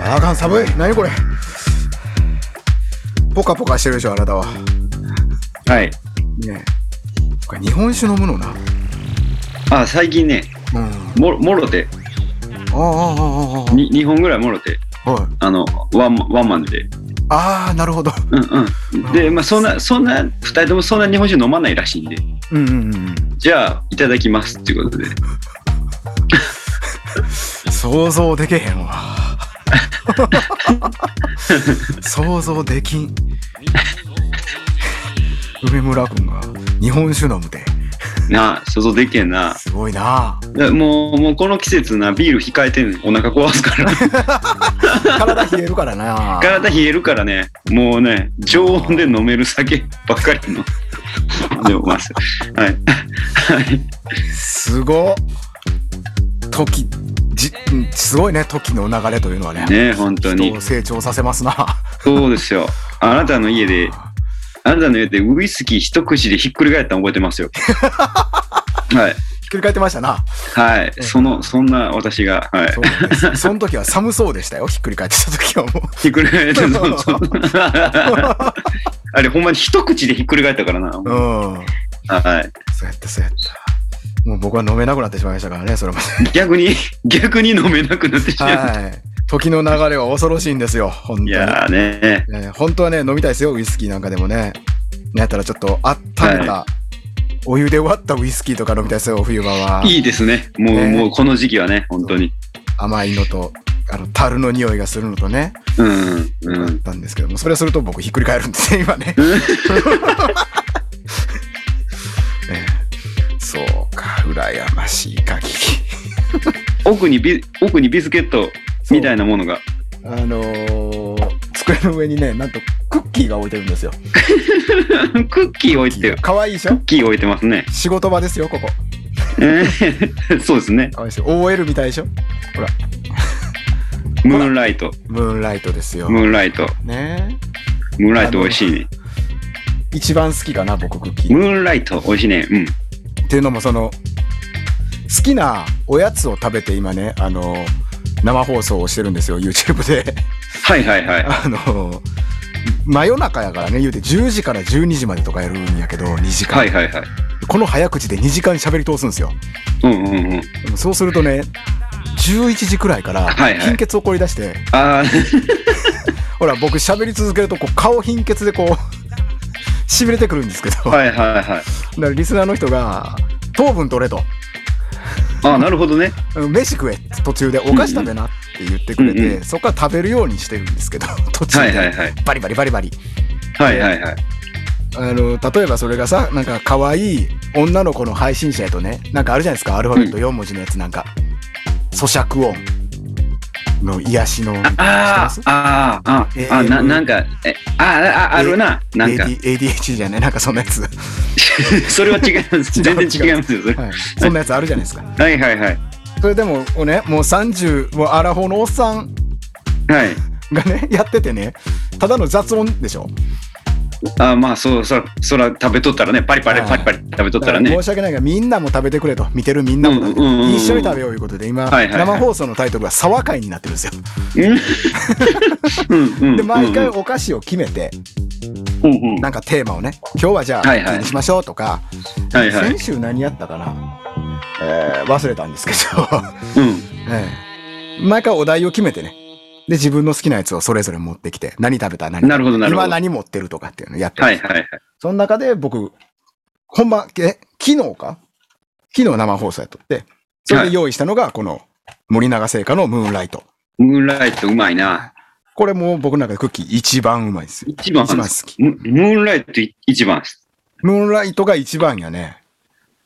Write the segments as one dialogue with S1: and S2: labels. S1: あかん寒い何これポカポカしてるでしょあなたは
S2: はい。
S1: ねえこれ日本酒飲むのな
S2: あ、最近ね、
S1: うんあ
S2: ももろて、
S1: あああああ
S2: に2本ぐらいもろて、
S1: あはい
S2: あの、ワンマンワンマンで。
S1: ああなるほど
S2: うんうん。で、まあ、そんな、そんな、2人ともそんな日本酒飲まないらしいんで、
S1: うんうんうん
S2: じゃあ、いただきますっていうことで。
S1: 想像でけへんわ想像できん梅村君が日本酒飲むて
S2: なあ、想像できへんな。
S1: すごいな
S2: だもう、もうこの季節な、ビール控えてんのお腹壊すから。
S1: 体冷えるからな
S2: 体冷えるからね、もうね、常温で飲める酒 ばっかりの。でもまあ、はい。
S1: すごっ時じうんすごいね時の流れというのはね
S2: ね本当
S1: 人
S2: に
S1: を。成長させますな
S2: そうですよ。あなたの家で、あなたの家でウイスキー一口でひっくり返ったの覚え てますよ。はい。
S1: ひっくり返ってましたな
S2: はい。その、そんな私が、はい。
S1: そうですその時は寒そうでしたよひっくり返ってた時はもう
S2: ひっくり返って、そのその あれ、ほんまに一口でひっくり返ったからな。
S1: うん
S2: はい。
S1: そうやったそうやったもう僕は飲めなくなってしまいましたからねそれまで
S2: 逆に、逆に飲めなくなってしまう。
S1: はい。時の流れは恐ろしいんですよ、本当
S2: い
S1: に。
S2: やーね。
S1: ね本当はね、飲みたいですよ、ウイスキーなんかでもね。ねやったらちょっと温めた、
S2: は
S1: お湯で割ったウイスキーとか飲みたいですよ、お冬場は。
S2: いいですね。もう、
S1: ね
S2: もうこの時期はね、本当に。
S1: 甘いのと、あの、樽の匂いがするのとね、
S2: うん、う
S1: だっ
S2: ん。
S1: たんですけども、それすると僕ひっくり返るん ですね、今ね。ねそうか、羨ましい限り。
S2: 奥にビ、奥にビスケットみたいなものが。
S1: あのー机の上にね、なんとクッキーが置いてるんですよ。
S2: クッキー置いて、ク
S1: かわいいでしょ
S2: ッキー置いてますね。
S1: 仕事場ですよ、ここ。
S2: えーそうですね。
S1: かわいいでしょ OL みたいでしょ
S2: ムーンライト、
S1: ムーンライトですよ。
S2: ムーンライト、
S1: ね
S2: ムーンライト美味しいね。
S1: 一番好きかな、僕、クッキー。
S2: ムーンライト美味しいね。うん。
S1: っていうのも、その、好きなおやつを食べて今ね、あの、生放送をしてるんですよ、YouTube で。
S2: はいはいはい。
S1: あの、真夜中やからね、言うて10時から12時までとかやるんやけど、2時間。
S2: はいはいはい。
S1: この早口で2時間喋り通すんですよ。
S2: うんうんうん。
S1: でもそうするとね、11時くらいから
S2: はいはい
S1: 貧血起こり出して、
S2: ああ、
S1: ほら僕喋り続けるとこう顔貧血でこう しびれてくるんですけど、
S2: はいはいは
S1: だ
S2: い。
S1: からリスナーの人が「糖分取れ」と
S2: ああ、なるほどね。
S1: 「うん飯食え」って途中で「お菓子食べな」って言ってくれて、
S2: うんう
S1: そこから食べるようにしてるんですけど 途中
S2: はいは
S1: で
S2: いはい。
S1: バリバリバリバリ、
S2: はいはいはい。
S1: あの例えばそれがさなんか可愛い女の子の配信者やとねなんかあるじゃないですかアルファベット4文字のやつなんか、咀嚼音の癒しの
S2: あーあー、あーあー、ななんか、え、あーあー、あるな。なんか、
S1: AD ADHD じゃないなんかそんなや つ、は
S2: それは違い ます。全然違いますよ。それ
S1: い、そんなやつあるじゃないですか
S2: はいはいはい。
S1: それでもねもう30もうアラフォーのおっさん
S2: はい。
S1: がね やっててねただの雑音でしょ
S2: あーまあ、そう、そら、そら、食べとったらね、パリパリ
S1: はい
S2: パリパリ食べと
S1: だ
S2: っ
S1: か
S2: た
S1: らら
S2: ね。
S1: 申し訳ないがみんなも食べてくれと見てるみんなも食べて
S2: うんうんうんうん
S1: 一緒に食べよういうことで今、
S2: はいはいはい
S1: 生放送のタイトルが「沢会」になってるんですよ
S2: うんうん
S1: で毎回
S2: うん
S1: お菓子を決めて
S2: うんうん
S1: なんかテーマをね今日はじゃあ
S2: はいはい
S1: 何にしましょうとか、
S2: はいはい。
S1: 先週何やったかな、えー忘れたんですけど、
S2: うん。
S1: ええ毎回お題を決めてねで自分の好きなやつをそれぞれ持ってきて何食べた何食べた
S2: なるほどなるほど
S1: 今何持ってるとかっていうのやってます
S2: はいはいはい。
S1: その中で僕、本番、え、昨日か昨日生放送やっとって、それで用意したのが、この森永製菓のムーンライト。
S2: ムーンライトうまいな。
S1: これもう僕の中でクッキー一番うまいですよ。
S2: 一番
S1: 一番好き。
S2: ムムーンライトい一番です。
S1: ムーンライトが一番やね。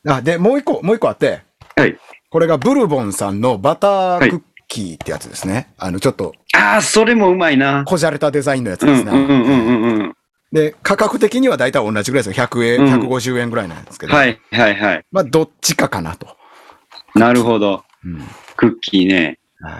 S1: あ、で、もう一個、もう一個あって、
S2: はい。
S1: これがブルボンさんのバタークッキーってやつですね。あの、ちょっと、
S2: ああ、それもうまいな。
S1: こじゃれたデザインのやつ
S2: うん
S1: です
S2: うん
S1: ね。
S2: うんうんうん
S1: で、価格的には大体同じぐらいですよ。100円、
S2: うん
S1: 150円ぐらいなんですけ
S2: うん。
S1: ど。
S2: はいはいはい。
S1: まあ、どっちかかなと。
S2: なるほど。
S1: うん。
S2: クッキーね。
S1: はい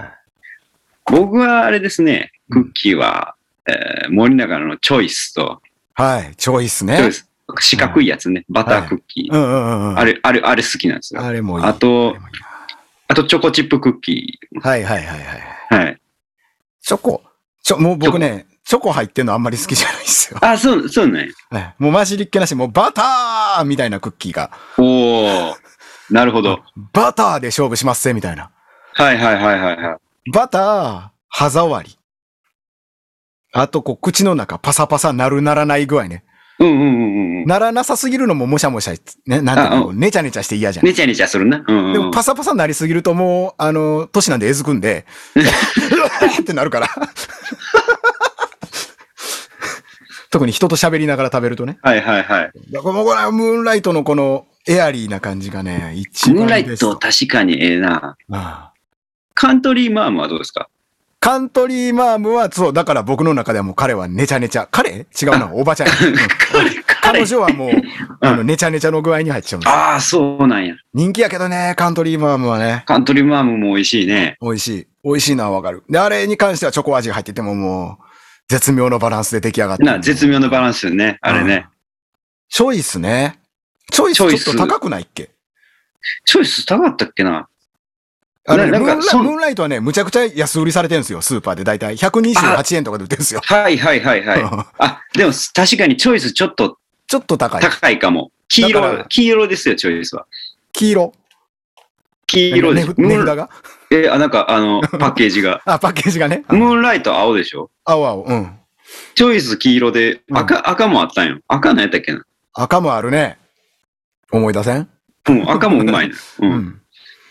S2: 僕はあれですね、クッキーは、えー、森永のチョイスと、
S1: はい、チョイスね。
S2: チョイス。四角いやつね、バタークッキー。
S1: うんうんうんうん。
S2: あれ、あれ、あれ好きなんですよ。
S1: あれもいい。
S2: あ
S1: あ
S2: と
S1: れもいいな
S2: あとチョコチップクッキ
S1: はいはいはいはい。
S2: ー。はい。
S1: チョコ、ちょ、もう僕ね、チョコ入ってんのあんまり好きじゃないですよ。
S2: あ、そう、そうね。
S1: ねもう混じりっけなし、もうバターみたいなクッキーが、
S2: おー。なるほど。
S1: バターで勝負しますぜ、みたいな。
S2: はいはいはいはいはい。
S1: バター、歯触り。あと、こう、口の中パサパサなるならない具合ね。
S2: うんうんうんうんうん。
S1: ならなさすぎるのももしゃもしゃ、ね、なんていうの
S2: あ
S1: こう、ねちゃねちゃして嫌じゃん。
S2: ねちゃねちゃするな。うん、
S1: で
S2: うん
S1: も。パサパサになりすぎるともう、あの、年なんでえずくん で、うわーってなるから。特に人と喋りながら食べるとね。
S2: はいはいはい。
S1: だからもうこれ、ムーンライトのこのエアリーな感じがね、一
S2: ムーン
S1: 番
S2: ラ
S1: ベ
S2: イ
S1: スト。
S2: ト確かにええ
S1: あ
S2: な。
S1: あ
S2: カントリーマームはどうですか
S1: カントリーマームは、そう、だから僕の中ではもう彼はねちゃねちゃ。彼違うな、おばち ゃんや。うん
S2: 彼、彼
S1: 彼。女はもう、あの、ねちゃねちゃの具合に入っちゃうんです
S2: ああ、そうなんや。
S1: 人気やけどね、カントリーマームはね。
S2: カントリーマームも美味しいね。
S1: 美味しい。美味しいのはわかる。で、あれに関してはチョコ味が入っててももう、絶妙のバランスで出来上がってる
S2: な、絶妙なバランスよね。あれね。
S1: チョイスね。チョイス
S2: チョイス
S1: ちょっと高くないっけ
S2: チョイス高かったっけな
S1: あのね
S2: ななん
S1: ムー
S2: か
S1: ンライ
S2: そう
S1: ムーンライトはね、むちゃくちゃ安売りされてるんですよ、スーパーで。だいたい128円とかで売ってるんですよ。
S2: はいはいはいはい。あ、でも確かにチョイスちょっと
S1: ちょっと高い。
S2: 高いかも。
S1: だ
S2: 黄
S1: から
S2: 色、黄色ですよ、チョイスは。
S1: 黄色。
S2: 黄色で
S1: ね
S2: す。
S1: ふ
S2: ム
S1: 値
S2: ー
S1: 札
S2: ン
S1: が。。
S2: え、あ、なんかあの、パッケージが
S1: あ、パッケージがね。
S2: ムーンライト青でしょ
S1: 青青。うん。
S2: チョイス黄色で、赤、赤もあったんよ。赤なんやったっけな
S1: 赤もあるね。思い出せん
S2: うん、赤もうまいな。う。。
S1: うん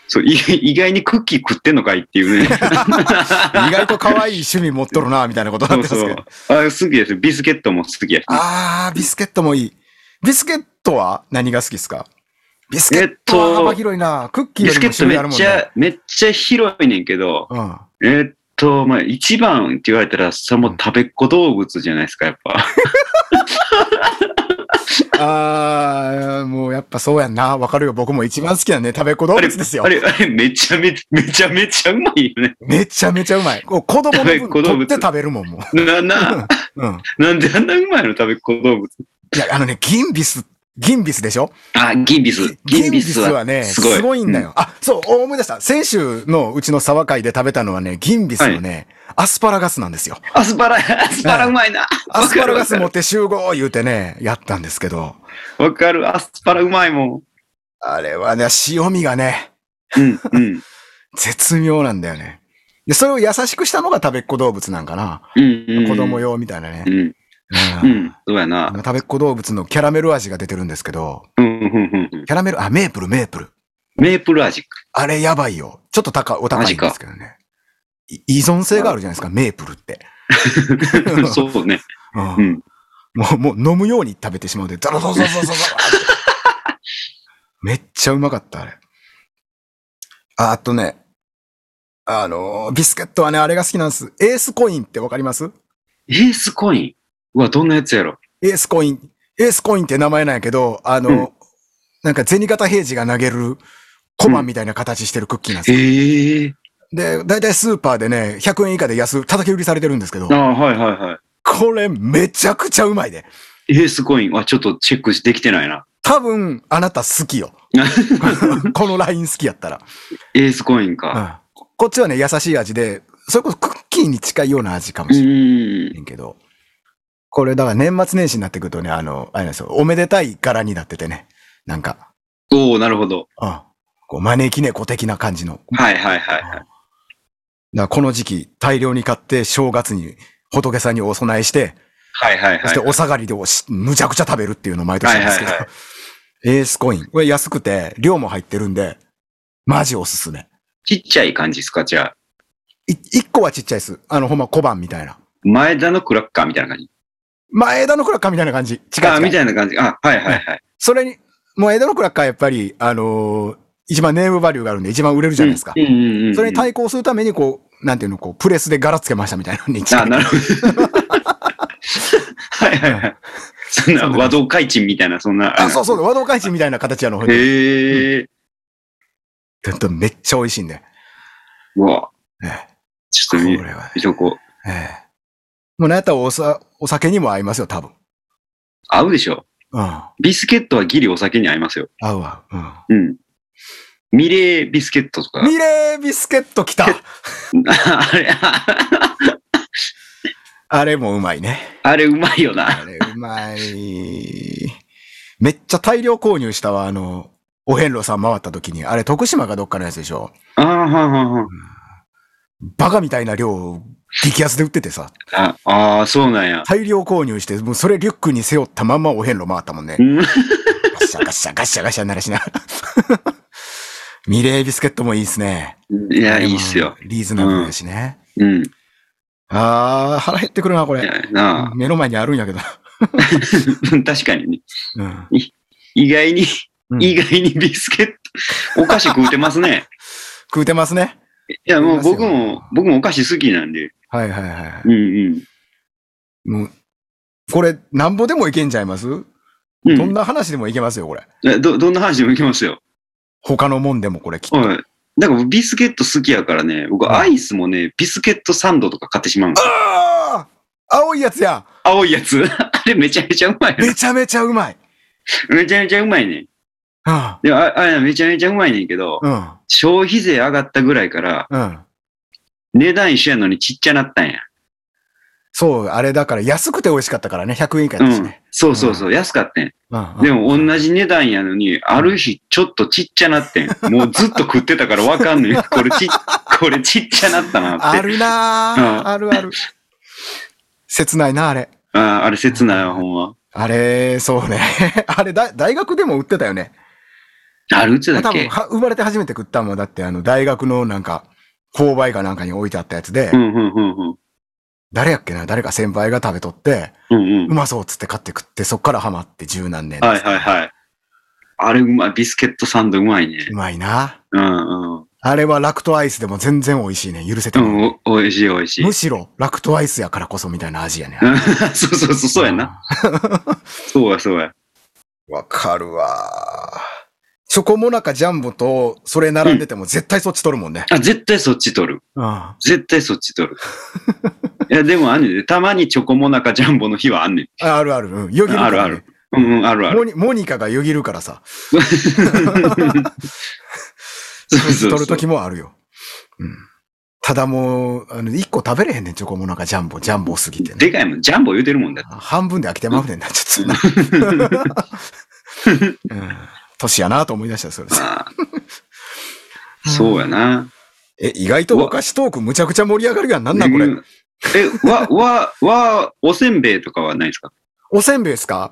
S2: そう、い 意外にクッキー食ってんのかいってい うね。
S1: 意外と可愛い趣味持っとるな、みたいなことにな
S2: そ
S1: って
S2: う
S1: ますけ
S2: そ
S1: ど。
S2: う。あ、好きです。ビスケットも好きやし。
S1: あー、ビスケットもいい。ビスケットは何が好きですかビスケット
S2: えっ
S1: は
S2: と
S1: 幅広いな。クッキー
S2: ビ
S1: よ
S2: ス
S1: りも種
S2: ケット
S1: 類
S2: め
S1: ある
S2: っ
S1: もん
S2: ち
S1: ね。
S2: ゃ、めっちゃ広いねんけど、
S1: うん。
S2: えーっと、まあ、一番って言われたら、さもう食べっ子動物じゃないですか、やっぱ。
S1: あー、もうやっぱそうやんな。わかるよ。僕も一番好きなね、食べっ子動
S2: あれ
S1: 物ですよ
S2: あ。れ、あれ、めちゃめちゃ、めちゃめちゃうまいよね。
S1: めちゃめちゃうまい。こう子供の
S2: 食べっ
S1: 分
S2: 子動
S1: 取
S2: 物
S1: って食べるもん、も
S2: な、な、
S1: う。うん。
S2: なんであんなうまいの食べっ子動物。
S1: いや、あのね、ギンビス、ギンビスでしょ
S2: あ、ギンビス。ギンビスは
S1: ね、
S2: すごい
S1: すごいんだよ。あ、そう、お思い出した。先週のうちの沢会で食べたのはね、ギンビスのね、アスパラガスなんですよ。
S2: アスパラ、アスパラうまいな。
S1: アスパラガス持
S2: も。
S1: って集合言うてね、やったんですけど、
S2: わかる、アスパラうまいも
S1: あれはね、塩味がね、
S2: ん。うん、うん。
S1: 絶妙なんだよね。で、それを優しくしたのが食べっ子動物なんかな。
S2: うん、うん。
S1: 子供。用みたいなね
S2: う。ん、
S1: う
S2: うんん。そうや
S1: あ
S2: な。
S1: の食べっ子動物のキャラメル味が出てるんですけど、
S2: うん、うん、うんうん。
S1: キャラメル、あ、メープル、メープル。
S2: メープル 味か。
S1: あれやばいよ。ちょっと高い、お高いんですけどね。い依存性があるじゃないですか、メープルって。
S2: そうね。
S1: うん
S2: うん。
S1: もう、もう飲むように食べてしまうんで、ザラザラザラザ ラザラってめっちゃうまかった、あれ。ああとね、あのー、ビスケットはね、あれが好きなんです。エースコインってわかります
S2: エースコインうわ、どんなやつやろ。
S1: エースコイン。エースコインって名前なんやけど、あのー、
S2: うん
S1: なんか銭形平次が投げる小判みたいな形してるクッキーなんですよ。
S2: ええ
S1: で、だいたいスーパーでね、100円以下で安、叩き売りされてるんですけど
S2: あ、あ、はいはいは
S1: これめちゃくちゃうまいで。
S2: い。エースコインはちょっとチェックできてない な。
S1: 多分、あなた好きよ。 このライン好きやったら。
S2: エースコインか。
S1: ここっちはね、優しい味で、それこそクッキーに近いような味かも
S2: う
S1: し
S2: ーん
S1: れ。んけど、これだから年末年始になってくるとね、あの、あれなんですよ、おめでたい柄になっててね、なんか、
S2: おおなるほど。
S1: うん、こう招き猫的な感じの。だか
S2: はいはいはいはい。
S1: らこの時期、大量に買って正月に仏さんにお供えして、
S2: はいはい
S1: そして
S2: はい。
S1: お下がりでおしむちゃくちゃ食べるっていうのを毎年なんですけど、
S2: はいはい
S1: エースコイン、これ安くて、量も入ってるんで、マジおすすめ。
S2: ちっちゃい感じですかじゃあ。
S1: い一個はちっちゃいです。あの、ほんま小判みたいな。
S2: 前田のクラッカーみたいな感じ。
S1: 前枝のクラッカーみたいな感じ。違
S2: あ
S1: う
S2: あ、
S1: 違
S2: み
S1: う。
S2: たいな感じ。あ、はいはいはい。
S1: それに、もう枝のクラッカーはやっぱり、あのー一番ネームバリューがあるんで一番売れるじゃないですか。
S2: うんうんうんうん。
S1: それに対抗するためにこう、なんていうの、こう、プレスで柄つけましたみたいなのに近い
S2: あ、な るほど。はいはいはい。そんな和道開珍みたいな、そんな。
S1: あ そうそう、和道開始みたいな形やの。ほんで
S2: へえ。
S1: めっちゃ美味しいんで。
S2: うわ、
S1: え
S2: ち
S1: え
S2: ょっと見
S1: こ、れはね、
S2: 見とこう。
S1: ええもうなんやったらおさお酒にも合いますよ、多分。
S2: 合うでしょ。
S1: うん。合
S2: ビスケットはギリお酒に合いますよ。
S1: うわ。うん。
S2: うん。ミレービスケットとか。
S1: ミレービスケット来た
S2: あれ、あ
S1: あれもうまいね。
S2: あれうまいよな。
S1: あれうまい。めっちゃ大量購入したわ、あの、お遍路さん回った時に。あれ、徳島かどっかのやつでしょ。
S2: ああ、はんはんはん。
S1: バカみたいな量を激安で売っててさ。
S2: ああー、そうなんや。
S1: 大量購入して、もうそれリュックに背負ったまんまお遍路回ったもんね
S2: う。ん
S1: ガッシャガッシャガッシャガッシャ鳴らしな。 ミレービスケットもいいですね。
S2: い
S1: い
S2: や、いいっすよ。。
S1: リーズナブルだしね。
S2: うん。い
S1: あー、腹減ってくるな、これ。
S2: や、なあ。
S1: 目の前にあるんやけど。
S2: 確かにね。
S1: うん。
S2: 意外に、
S1: うん
S2: 意外にビスケット、お菓子食うてま すね。
S1: 食うてますね。
S2: いや、もう僕
S1: 食います
S2: も
S1: よ、
S2: 僕もお菓子好きなんで。
S1: はいはいはいはい。
S2: うんうん。
S1: もう、これ、なんぼでもいけんちゃいます、
S2: うん、
S1: どんな話でもいけますよ、これ。
S2: えど、どんな話でもいきますよ。
S1: 他のもんでもこれきっと。
S2: はい。だからビスケット好きやからね、僕
S1: はい
S2: アイスもね、ビスケットサンドとか買ってしまうんですよ
S1: ああ青いやつや
S2: 青いやつ。 あれめちゃめちゃうまい。
S1: めちゃめちゃうまい、
S2: めちゃめちゃうまいね。
S1: は
S2: でああれめちゃめちゃうまいねんけど、
S1: あ、
S2: 消費税上がったぐらいから、
S1: うん。うん。
S2: 値段一緒やのにちっちゃなったんや。
S1: そう、あれだから安くて美味しかったからね、100円以下
S2: う
S1: です
S2: ん
S1: ね。。
S2: そうそうそう、安かったん。
S1: うん。うん
S2: でも同じ値段やのに、ある日ちょっとちっちゃなってん。もうずっと食ってたからわかんない。こ れちっ、これちっちゃなったなって。
S1: あるなー、
S2: うん
S1: あるある。切ないな、あれ。
S2: あーあれ切ないわ、ほんま。
S1: あれ、そうね。 あれだ、大学でも売ってたよね。
S2: あれ、うつだ
S1: 多
S2: っ
S1: 分
S2: け
S1: は生まれて初めて食ったもんだって、あの、大学のなんか、購買かなんかに置いてあったやつで、
S2: うんうんうんうん。
S1: 誰やっけな、誰か先輩が食べとって、
S2: うんう。
S1: うんまそうっつって買って食って、そっからハマって十何年。
S2: はいはいはい。あれうまい。ビスケットサンドうまいね
S1: う。まいな。
S2: うんうん。
S1: あれはラクトアイスでも全然美味しいね。許せて
S2: う
S1: もらえない
S2: ん、おいしいおいしい
S1: む。しろ、ラクトアイスやからこそみたいな味やね。
S2: うん そうそうそう、そうやな。。そうやそうや。
S1: わかるわ。チョコモナカジャンボと、それ並んでても絶対そっち取るもんね。
S2: あ、絶対そっち取る。
S1: うん。
S2: 絶対そっち 取る。いや、でもあんねんで。たまにチョコモナカジャンボの日はあんねん。
S1: ああるある。うん。よぎるから、ね。
S2: あるるうんうん、あるある。
S1: モニ。モニカがよぎるからさ、
S2: そうそうそう
S1: 取る時もあるよ。うん。ただもう、あの、一個食べれへんねん、チョコモナカジャンボ、ジャンボすぎてね。
S2: でかいもん、ジャンボ言うてるもんだって。
S1: 半分で飽きてまうねんな、ちょっとな。うん。年やなと思い出した、それ。
S2: ああそうやな。
S1: え、意外とお菓子トークむちゃくちゃ盛り上がるやん。なんなんこれ。
S2: うんえ、わ、わ、わ、おせんべいとかはないですか
S1: おせんべいですか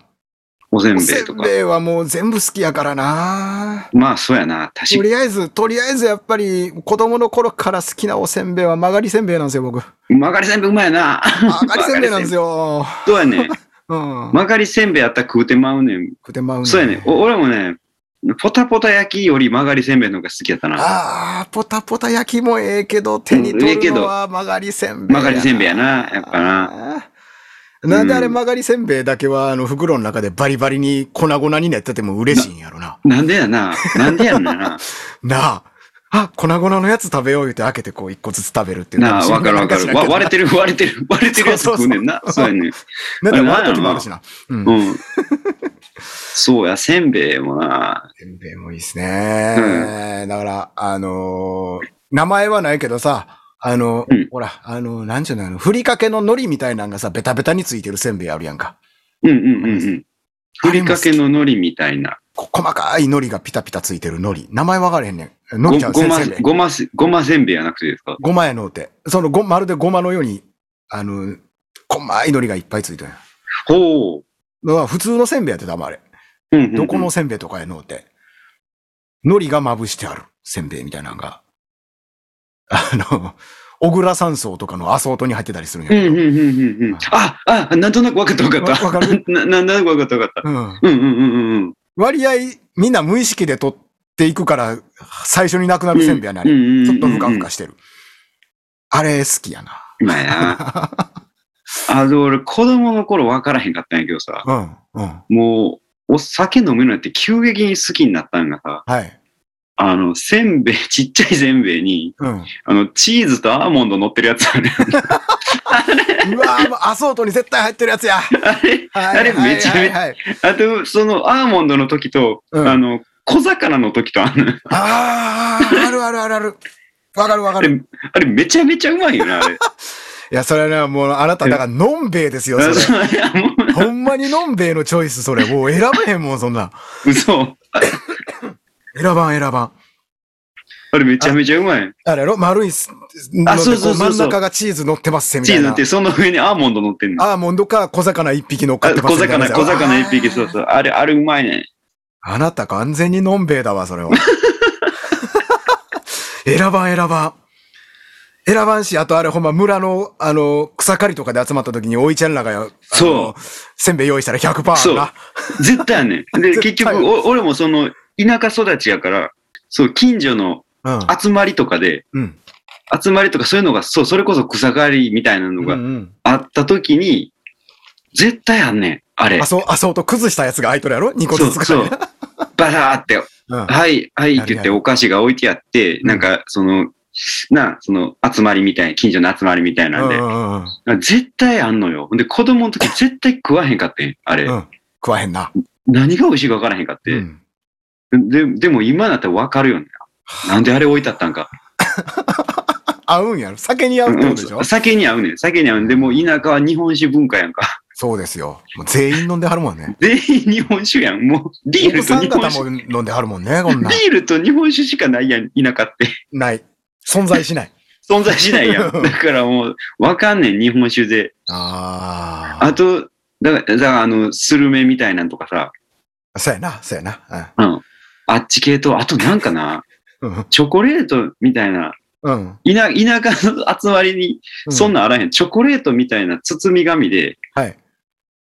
S2: おせ
S1: お
S2: んべ
S1: せ
S2: いと
S1: ん
S2: か。
S1: べいはもう全部好きやからな
S2: まあ、そうやな。確
S1: と
S2: か
S1: りあえず、とりあえずやっぱり子供の頃から好きなおせんべいは曲がりせんべいなんですよ、僕。
S2: に。曲がりせんべいうまいな。
S1: 曲がりせんべいなんです
S2: よ。
S1: よ。
S2: そうやね。
S1: うん。
S2: 曲がりせんべいやったら食うてまうねん。
S1: くてまうねん
S2: そうやね。お俺もね、ポタポタ焼きより曲がりせんべいの方が好きやったな。
S1: ああ、ポタポタ焼きもええけど、手に取るのは曲がりせんべい。
S2: 曲がりせんべいや。な。やっぱな。
S1: なんであれ
S2: うん
S1: 曲がりせんべいだけは、あの、袋の中でバリバリに粉々になってても嬉しいんやろな。
S2: なんでやな。なんでやん なな。
S1: なあ。あ、粉々のやつ食べよう言って開けてこう一個ずつ食べるっていう。
S2: なあ、わかるわかる。わ割れてる、割れ てる、割れてるやつ食うねんな。
S1: そう
S2: そ
S1: そううそう
S2: やねん。
S1: なんか割る時もあるしな。うん。
S2: うん。そうや、せんべいもな。
S1: せんべいもいいですね。だから、あのー名前はないけどさ、あの、
S2: うん
S1: ほら、あの、なんちゅうの、あのふりかけの海苔みたいなんがさ、ベタベタについてるせんべいあるやんか。
S2: うんうんうんうん。ふりかけの海苔みたいな。
S1: こ細かい海苔がピタピタついてる海苔。名前わからへんねん。海
S2: ご
S1: 苔ちゃう、
S2: ご
S1: せん
S2: ま
S1: せんべい、。
S2: ごませ、ごませんべいやなくてですか
S1: ごまやのうて。そのご、まるでごまのように、あの、細い海苔がいっぱいついてるやん。
S2: ほう。
S1: だから普通のせんべいやってたもんあれ。
S2: うんうんうん
S1: どこのせんべいとかやのうて。海苔がまぶしてあるせんべいみたいなのが。あの、小倉山荘とかのアソートに入ってたりするんや
S2: うん
S1: け
S2: う
S1: ど
S2: んうんうんうん。あ、あ、なんとなくわかったわかった。
S1: わわかる
S2: ななんとなくわかったわかった。
S1: うん。
S2: うんうんうんうんうん。
S1: 割合、みんな無意識で取っていくから、最初になくなるせんべいやね、あれ。
S2: ち
S1: ちょっとふかふかしてる。あれ好きやな。
S2: うまいな。あの、俺、子供の頃分からへんかったんやけどさ、
S1: うん、うん。
S2: もう、お酒飲めるようになって急激に好きになったんがさ、
S1: はい。
S2: あの、せんべい、ちっちゃいせんべいに、
S1: うん。
S2: あの、チーズとアーモンド乗ってるやつある やん
S1: うわーもうアソートに絶対入ってるやつや。
S2: あれ、
S1: はい
S2: あれめちゃめちゃ
S1: はいはいはい
S2: あと、その、アーモンドの時と、
S1: うん
S2: あの、小魚の時とあんのよ
S1: ああ、あるあるあるある。わかるわか
S2: あ
S1: る。
S2: れ、あれめちゃめちゃうまいよな、あれ。
S1: いや、それはね、もうあなた、だから、のんべえですよ、そ れ。ほんまにのんべえのチョイス、それ。もう選べへんもん、そんな。
S2: 嘘。
S1: 選ばん、選ばん。
S2: あれめちゃめちゃうまい。
S1: あれやろ丸いす、の
S2: あそうそうそうそう
S1: こ真ん中がチーズ乗ってますせ、み
S2: チ
S1: た
S2: ー
S1: い
S2: ズ
S1: な。
S2: ってその上にアーモンド乗ってんの。あ
S1: アーモンドか小魚一匹乗っかってます
S2: 小
S1: みたいな
S2: 魚、
S1: やつ
S2: 小魚一匹、そう
S1: あ
S2: そう。あれ、あれうまいね。
S1: ーあなた完全にのんべえだわ、それは。 選ばん、選ばん。選ばんし、あとあれほんま村の、あの、草刈りとかで集まった時においちゃんらが、あの
S2: そ
S1: せんべい用意したら100%
S2: そう
S1: な。
S2: 絶対や ねん。で、結
S1: 絶対
S2: 局、お俺もその、田舎育ちやから、そう、近所の
S1: うん。
S2: 集まりとかで、
S1: うん。
S2: 集まりとかそういうのが、そう、それこそ草刈りみたいなの
S1: うんう
S2: が
S1: ん。
S2: あった時に、絶対あんねん、あれ
S1: あ。そう、あそうと崩したやつが空いとるやろ ?2 個
S2: そ
S1: ず
S2: う
S1: つくらい。
S2: そう。バラーって、
S1: うん。
S2: はい、はいって言
S1: やる
S2: って
S1: やる
S2: お菓子が置いてあって、
S1: ん
S2: なんか、その、な、その、集まりみたいな、近所の集まりみたいなんで、
S1: うんうんうん
S2: 絶対あんのよ。で、子供の時絶対食わへんかってん、あれ。
S1: うん。食わへんな。
S2: 何が美味しいか分からへんかって。
S1: うん
S2: で、でも今だったら分かるよね。なんであれ置いてあったんか。
S1: 合うんやろ酒に合うってことでしょ
S2: うん酒に合うねん。酒に合うねん。でも田舎は日本酒文化やんか。
S1: そうですよ。もう全員飲んではるもんね。
S2: 全員日本酒やん。もう、ビー
S1: 奥
S2: ルと
S1: さん
S2: 日本
S1: 方
S2: 酒。
S1: も飲んではるもんね、こん
S2: ビ
S1: なん。
S2: ールと日本酒しかないやん、田舎って。
S1: ない。 存在しない。
S2: 存在しないや ん。だからもう、分かんねん、日本酒で。
S1: あ
S2: あと、だから、だからあの、スルメみたいなんとかさ、
S1: あ。そうやな、そうやな。
S2: うん。あっち系と、あとなんかな、
S1: うん。
S2: チョコレートみたいな、
S1: うん。
S2: 田田舎の集まりに、
S1: う
S2: そん
S1: な。
S2: なんあらへん。チョコレートみたいな包み紙で、
S1: はい。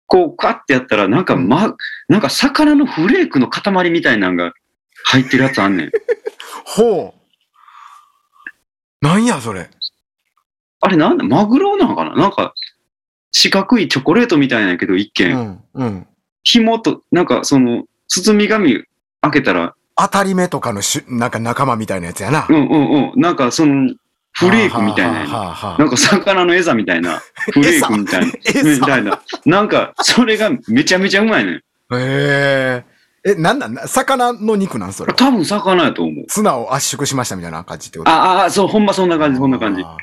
S2: こう、カッてやったら、なんか、ま、なんか魚のフレークの塊みたいなんが入ってるやつあん ねん。
S1: ほう。なんや、それ。
S2: あれなんだマグロなんかななんか、四角いチョコレートみたいなんやけど、一
S1: う
S2: 見。
S1: ん。うん。
S2: 紐と、なんかその、包み紙開けたら、
S1: 当たり目とかのしゅ、なんか仲間みたいなやつやな
S2: う。んうんうん、なんかその、フレークみたいなやつ
S1: はあはあはあは
S2: なんか魚の餌みたいな、フレークみたいな、
S1: 餌
S2: みたいな。なんか、それがめちゃめちゃうまいねん。
S1: あ。へえ。え、なんなんな魚の肉なんそれ。
S2: 多分魚やと思う。
S1: ツナを圧縮しましたみたいな感じってこと
S2: ああ、そう、ほんまそんな感じ、そんな感じ。
S1: あー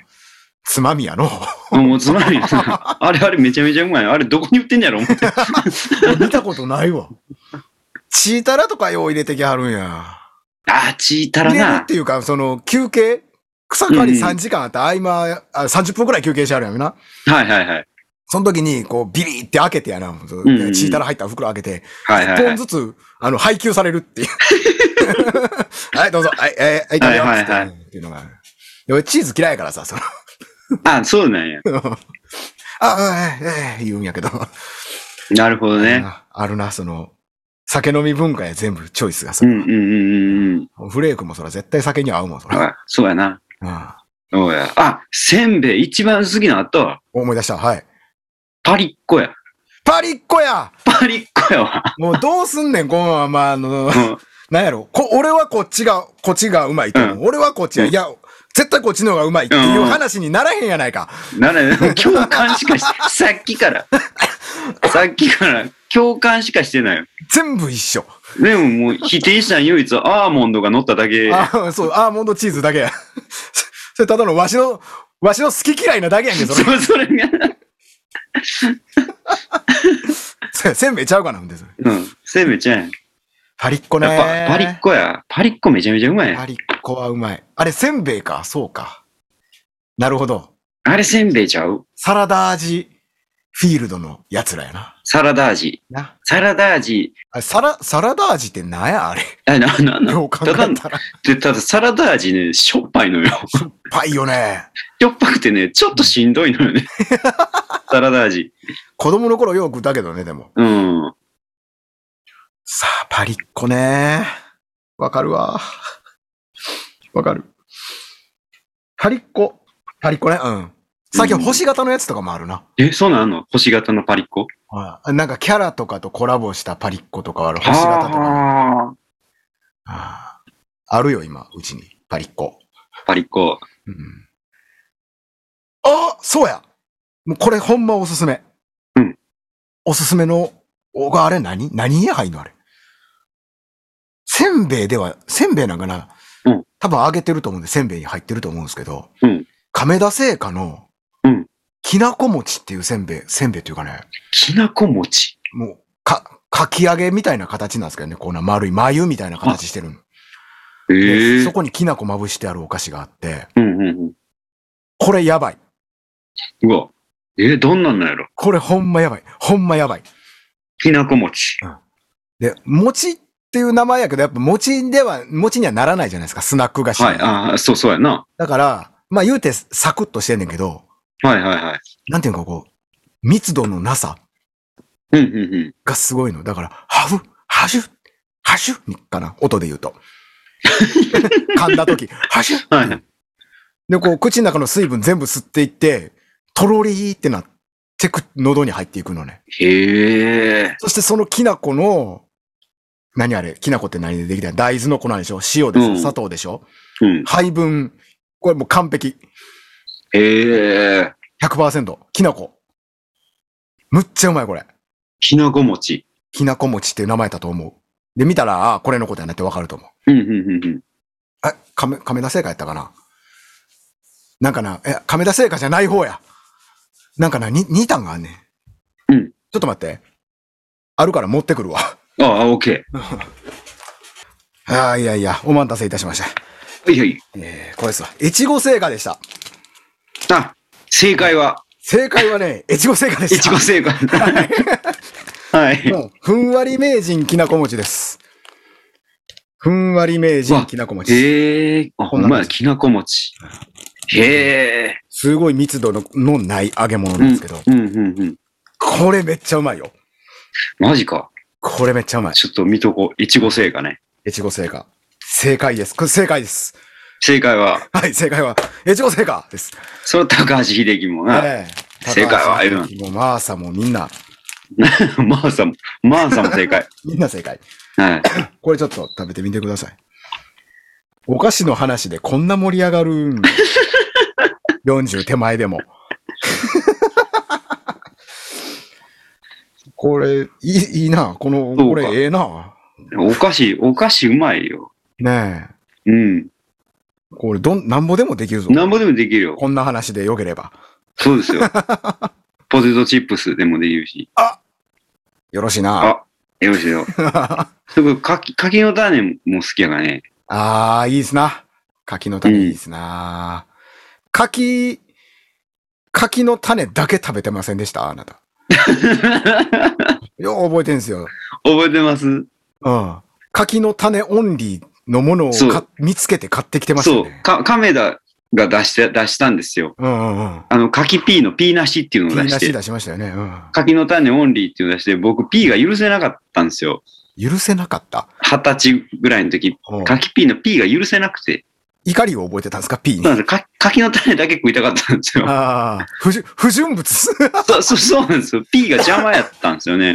S1: つまみやの。
S2: もうつまらないな。あれあれめちゃめちゃうまい。あれどこに売ってんやろ思って。
S1: 見たことないわ。チータラとかよう入れてきはるんや。
S2: あー、チータラ
S1: 入れるっ
S2: な。
S1: ていうか、その、休憩草刈り
S2: うん
S1: 3時間あって、合間、あ30分くらい休憩してはるんやんな。
S2: はいはいはい。
S1: その時に、こう、ビリって開けてやな。そう
S2: うんうん
S1: チータラ入った袋開けて、
S2: はいはい
S1: 1
S2: は
S1: 本
S2: い。
S1: ずつ、あの、配給される っていう。はい、どうぞ。はい、えー、はい、食べようっつって
S2: はいはい
S1: っていうのが。で俺、チーズ嫌いやからさ、その、
S2: あそうなんや。
S1: あ、えー、えー、言うんやけど。
S2: なるほどね。
S1: ああるな、その、酒飲み文化や全部チョイスが
S2: う
S1: さ。
S2: んうんうんうんうん。
S1: フレークもそら絶対酒に合うもん、そら。
S2: あそうやな。
S1: うん
S2: そうや。あ、せんべい一番好きなのあったわ。
S1: 思い出した。はい。
S2: パリッコや。
S1: パリッコや
S2: パリッコやわ。
S1: もうどうすんねん、このまま、あの、
S2: うん
S1: なんやろ。こ、俺はこっちが、こっちがうまいと思う。俺はこっちや。
S2: うん
S1: いや、絶対こっちの方がうまいっていう
S2: うん
S1: 話にならへんやないか。
S2: なんだよ、共感しかし、さっきから、さっきから共感しかしてないよ。
S1: 全部一緒。
S2: でももう否定したん唯一アーモンドが乗っただけ。
S1: あそう、アーモンドチーズだけや。そ それただのわしの、わしの好き嫌いなだけやんけ、そ れ。
S2: そう、それが、
S1: せせんべいちゃうかな、ほんで、それ。
S2: うん、せめちゃん。
S1: パリッコね
S2: やっぱパリッコや。パリッコめちゃめちゃうまいや
S1: パ
S2: ん。
S1: リッコはうまい。あれ、せんべいか、そうか。なるほど。
S2: あれせんべいちゃう
S1: サラダ味フィールドのやつらやな。
S2: サラダ味。
S1: な。
S2: サラダ味。
S1: あれサラ、サラダ味ってなんやあれ。
S2: あ、な、な、な。
S1: よう考えたら。
S2: で、ただサラダ味ね、しょっぱいの よ。
S1: パイよね。
S2: しょっぱくてね、ちょっとしんどいのよ ね。サラダ味。
S1: 子供の頃よく食ったけどね、でも。
S2: うん。
S1: さあ、パリッコね。わかるわ。わかる。パリッコ。パリッコね。うん。最近
S2: うん
S1: 星型のやつとかもあるな。
S2: え、そうなんあんの星型のパリッコ
S1: はいなんかキャラとかとコラボしたパリッコとかある。星型とかね、
S2: あー
S1: あーあるよ、今、うちに。パリッコ。
S2: パリッコ。
S1: うんあそうやもうこれほんまおすすめ。
S2: うん。
S1: おすすめの、おがあれ何何に入んのあれ。せんべいでは、せんべいなんかな
S2: うん
S1: 多分揚げてると思うんで、せんべいに入ってると思うんですけど、
S2: うん
S1: 亀田製菓の、
S2: うん
S1: きなこ餅っていうせんべい、せんべいっていうかね、
S2: きなこ餅。
S1: もう、か、かき揚げみたいな形なんですけどね、こんな丸い眉みたいな形してるの。
S2: え
S1: で
S2: え
S1: そこにきなこまぶしてあるお菓子があって、
S2: うんうんうん。
S1: これやばい。
S2: うわ。えー、どんなんなんやろ
S1: これほんまやばい。ほんまやばい。
S2: きなこ餅。
S1: で、餅っていう名前やけど、やっぱ餅では、餅にはならないじゃないですか、スナック菓子。
S2: はい、ああ、そうそうやな。
S1: だから、まあ言うてサクッとしてんねんけど、
S2: はいはいはい。
S1: なんていうかこう、密度のなさ
S2: うんうんうん。
S1: がすごいの。だから、ハフ、ハシュ、ハシュにかな、音で言うと。 噛んだ時、ハシュ
S2: はい。
S1: で、こう、口の中の水分全部吸っていって、とろりーってなってく、喉に入っていくのね。
S2: へえ。
S1: そしてそのきな粉の、何あれきな粉って何でできたの大豆の粉でしょ塩でしょ、
S2: うん
S1: 砂糖でしょ
S2: うん。
S1: 配分、これもう完璧。
S2: へえ。
S1: 100%。きな粉。むっちゃうまい、これ。
S2: きなこ餅。
S1: きなこ餅っていう名前だと思う。で、見たら、あこれのことやなってわかると思う。
S2: うんうんうんうん。
S1: え、亀、亀田製菓やったかななんかな、え、亀田製菓じゃない方や。なんかな、に、2単があんねん。
S2: うん
S1: ちょっと待って。あるから持ってくるわ。
S2: ああ、オッケ
S1: ああ、いやいや、お待たせいたしました。
S2: ー。はいはい。
S1: えー、これですわ。越後製菓でした。
S2: あ、正解は、
S1: 正解は ね、越後製菓で
S2: い
S1: し
S2: ち
S1: た。
S2: ご正解。はい。
S1: うんふんわり名人きなこ餅です。ふんわり名人きなこ餅。
S2: へえ。あ、
S1: こ
S2: ほ
S1: んなんん
S2: ま
S1: です
S2: や、きなこ餅。へえ。
S1: すごい密度ののない揚げ物
S2: う
S1: なん
S2: ん
S1: ですけど、
S2: うんうんうん。
S1: これめっちゃうまいよ。
S2: マジか。
S1: これめっちゃうまい。
S2: ちょっと見とこう。いちご正解ね。
S1: 越後製菓。正解です。これ正解です。
S2: 正解は、
S1: はい、正解は、越後製菓です。
S2: その高橋秀樹もな、
S1: ええ
S2: 正解は
S1: 高橋英樹もマーサもみんな、
S2: マーサも、マーサも正解。
S1: みんな正解。
S2: はい。
S1: これちょっと食べてみてください。お菓子の話でこんな盛り上がる ん40手前でも。 これ、いい、いいな。この、
S2: そうか
S1: これ、ええな。
S2: お菓子、お菓子うまいよ。
S1: ねえ。
S2: うん。
S1: これ、どん、なんぼでもできるぞ。
S2: なんぼでもできるよ。
S1: こんな話でよければ。
S2: そうですよ。ポテトチップスでもできるし。
S1: よろしいな。
S2: あ、よろしい よ。
S1: あ
S2: すごい、柿、柿の種も好きやからね。
S1: あー、いいっすな。柿の種いいっすな。柿、柿の種だけ食べてませんでしたあな た。
S2: 覚
S1: よう覚えてんすよ。
S2: えてます
S1: うん。柿の種オンリーのものを
S2: そう
S1: か見つけて買ってきてました
S2: そ
S1: よ
S2: う
S1: ね。。
S2: か、亀田が出して、出したんですよ。
S1: うんうんうん。
S2: あの、柿 P の P なしっていうのを
S1: P な
S2: 出し、
S1: して出しましたよね。う
S2: 柿の種オンリーっていうのを出して、僕 P が許せなかったんですよ。
S1: ん。許せなかった。
S2: 二十歳ぐらいの時、
S1: うん
S2: 柿 P の P が許せなくて。
S1: 怒りを覚えてたんですか ?P
S2: そう
S1: に。
S2: なん
S1: あ
S2: ですよか柿の種だけ食いたかったんで すよ。
S1: あー、不純不純物。
S2: そうそうそうなんですよ。P が邪魔やったんですよね。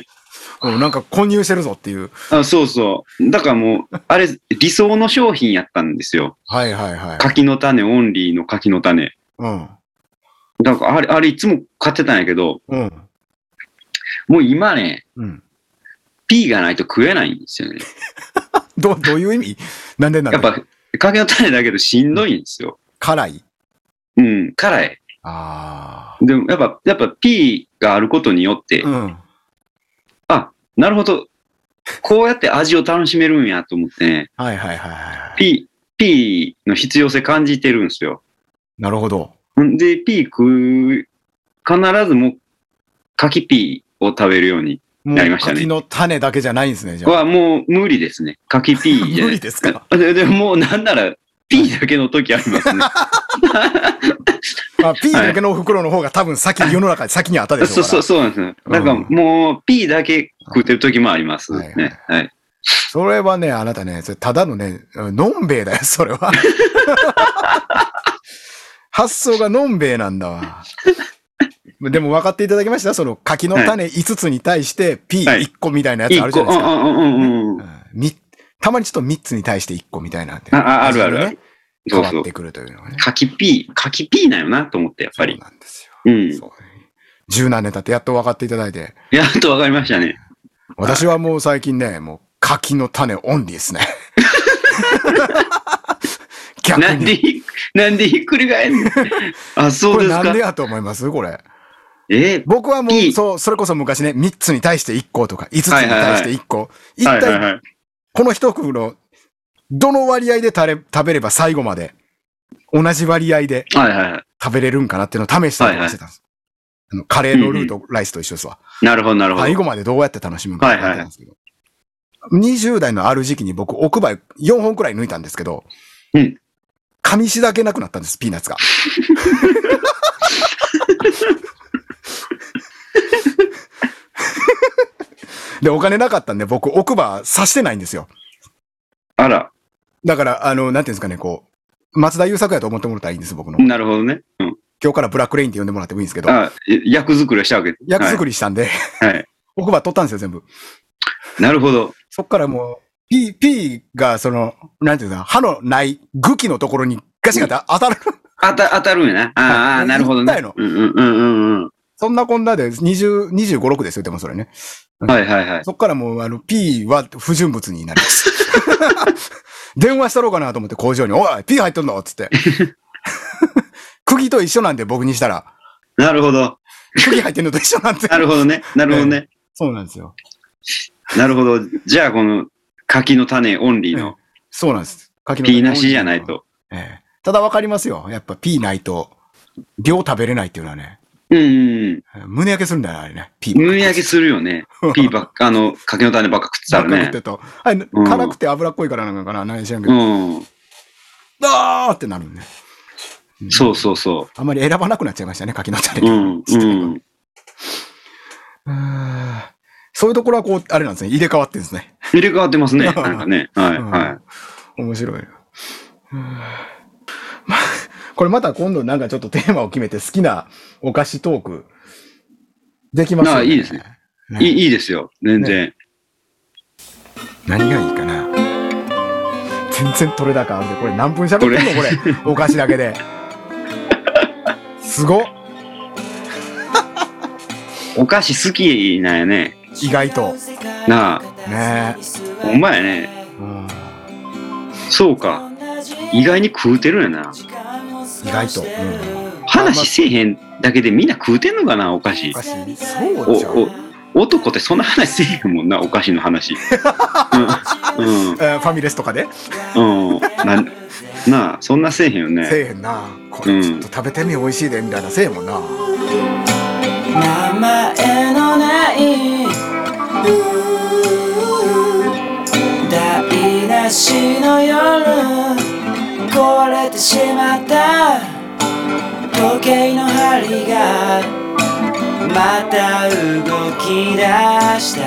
S1: うんなんか混入してるぞっていう。
S2: あそうそう。だからもう、あれ、理想の商品やったんですよ。
S1: はいはいはい。
S2: 柿の種オンリーの柿の種。
S1: うん。
S2: だからあれ、あれいつも買ってたんやけど、
S1: うん。
S2: もう今ね、
S1: うん。
S2: P がないと食えないんですよね。
S1: ど、どういう意 味なんでなん
S2: やっ
S1: で
S2: ぱ、柿の種だけどしんどいんですよ。
S1: 辛い
S2: うん、辛い。
S1: あ
S2: でもやっぱ、やっぱ P があることによって、
S1: あ。うん。
S2: あ、なるほど。こうやって味を楽しめるんやと思ってね、
S1: はいはいはいはい。
S2: P、P の必要性感じてるんですよ。
S1: なるほど。
S2: んで、P 食う、必ずもう、柿 P を食べるように
S1: もう
S2: なりましたね
S1: 柿の種だけじゃないんですね、じゃあ。
S2: はもう無理ですね。柿 P じ ゃ
S1: 無
S2: な
S1: 理
S2: い
S1: ですか。
S2: ででもうなんなら P だけの時ありますね。
S1: あ、P だけの袋の方が多分先、世の中で先にあったでし
S2: そ
S1: ょう
S2: う
S1: か
S2: そう
S1: ら。
S2: そうなんですよ。なんかもう P だけ食ってる時もありますね。はい。
S1: それはね、あなたね、それただのね、のんべえだよ、それ は。発想がのんべえなんだわ。でも分かっていただきましたその柿の種5つに対して P1 個みたいなやつある
S2: 一
S1: じ
S2: 個、
S1: ゃな
S2: う
S1: いですか。
S2: んうんうんうんうん。
S1: うんみたまにちょっと3つに対して1個みたいなんで。
S2: あああるある
S1: 味
S2: あ
S1: がね
S2: る。そう
S1: 変
S2: そ
S1: わ
S2: う
S1: っ。てくるというのがね。
S2: 柿 P、柿 P なんよなと思って、やっぱり
S1: そ。うなんですよ。
S2: うん。
S1: そう十何年経ってやっと分かっていただいて。
S2: やっとわかりましたね。
S1: 私はもう最近ね、もう柿の種オンリーです ね。逆
S2: なん
S1: に。
S2: でひ、なんでひっくり返るのあ、そ
S1: こ
S2: う
S1: れ
S2: です
S1: なん
S2: か
S1: で。やと思いますこれ。
S2: え
S1: 僕はも、
S2: いうい
S1: そう、それこそ昔ね、3つに対して1個とか、5つに対して1個。一
S2: ー、はいはい
S1: 体、
S2: はい。
S1: この一袋、どの割合で食べ食べれば最後まで、同じ割合で
S2: はいはいは
S1: 食べれるんかなっていうのを試したりとかしてたんです。あのカレーのルーとライスと一緒ですわ。
S2: い。なるほどなるほど。
S1: 最後までどうやって楽しむか
S2: は
S1: っ
S2: い
S1: て
S2: はい
S1: 書いてたんですけど。20代のある時期に僕、奥歯4本くらい抜いたんですけど、
S2: うん
S1: 噛みしだけなくなったんです、ピーナッツが。で、お金なかったんで、僕、奥歯刺してないんですよ。
S2: あら、
S1: だから、あの、なんていうんですかね、こう、松田優作やと思ってもらったらいいんです、僕の。
S2: なるほどね。うん。
S1: 今日からブラックレインって呼んでもらってもいいんですけど、
S2: あ、え役作りをしたわけ。
S1: 役作
S2: り。
S1: りしたんで、
S2: はい。
S1: 奥歯取ったんですよ、全部。
S2: なるほど。
S1: そっからもう、P、P が、その、なんていうか、歯のない、グキのところにガシガシ当たる。
S2: あた、当たるんやな。あーあ
S1: はい
S2: ー、なるほ
S1: 言
S2: ど
S1: った
S2: ね
S1: やろ。
S2: うんうんうんうんうん。
S1: そんなこんなで、20、25、6ですよ、でもそれね。
S2: はいはいはい。
S1: そっからもう、あの、P は不純物になります。電話したろうかなと思って工場に、おい、P 入っとんのっつって。 釘と一緒なんで、僕にしたら。
S2: なるほど。
S1: 釘入ってんのと一緒なんで。
S2: なるほどね。なるほどね。
S1: そうなんですよ。
S2: なるほど。じゃあ、この柿の種オンリーの
S1: そうなんです。柿の種
S2: ピーなしじゃないと。
S1: ええただわかりますよ。やっぱ P ないと、量食べれないっていうのはね。
S2: うんうん
S1: 胸焼けするんだよな、あれね。ピー
S2: うん。胸焼けするよ ね。ピーばっか、あの、柿の種ばっか食ってた
S1: ばっか食
S2: ら
S1: っ
S2: ね
S1: て。た。あれ
S2: うん
S1: 辛くて脂っこいからなのかな、何しらんけ
S2: う
S1: ど。
S2: ん。
S1: あーってなるんで。うん
S2: そうそうそ
S1: あんまり選ばなくなっちゃいましたね、柿の種。
S2: う。うん。うん。
S1: うーんそういうところはこう、あれなんですね、入れ替わってんですね。
S2: 入れ替わっ てますね。なんかね。はいは
S1: うん面白い。うーんまこれまた今度なんかちょっとテーマを決めて好きなお菓子トークできますよ
S2: あ
S1: ね。
S2: いいですね
S1: ね
S2: い。いいいいですよ。全然。
S1: 何がいいかな全然取れ高あるでこれ何分喋ってんのこれお菓子だけですごっ
S2: お菓子好きなんやね。
S1: 意外と
S2: なあ。
S1: ね
S2: ほんまやね。
S1: うん
S2: そうか。意外に食うてるんやな。
S1: 意外と、うん、
S2: 話せえへんだけでみんな食うてんのかな、お菓
S1: お
S2: 子
S1: 菓。子そうじゃん
S2: お、お、男ってそんな話せえへんもんな、お菓子の 話。うん。
S1: えーファミレスとかで
S2: うん。うん。な、なあ、そんなせえへんよ
S1: せ
S2: ね。
S1: えへんなこれちょっと食べてみ美味しいでみたいなせえへんもんな
S3: 名前のない台無しの夜壊れてしまった時計の針がまた動き出した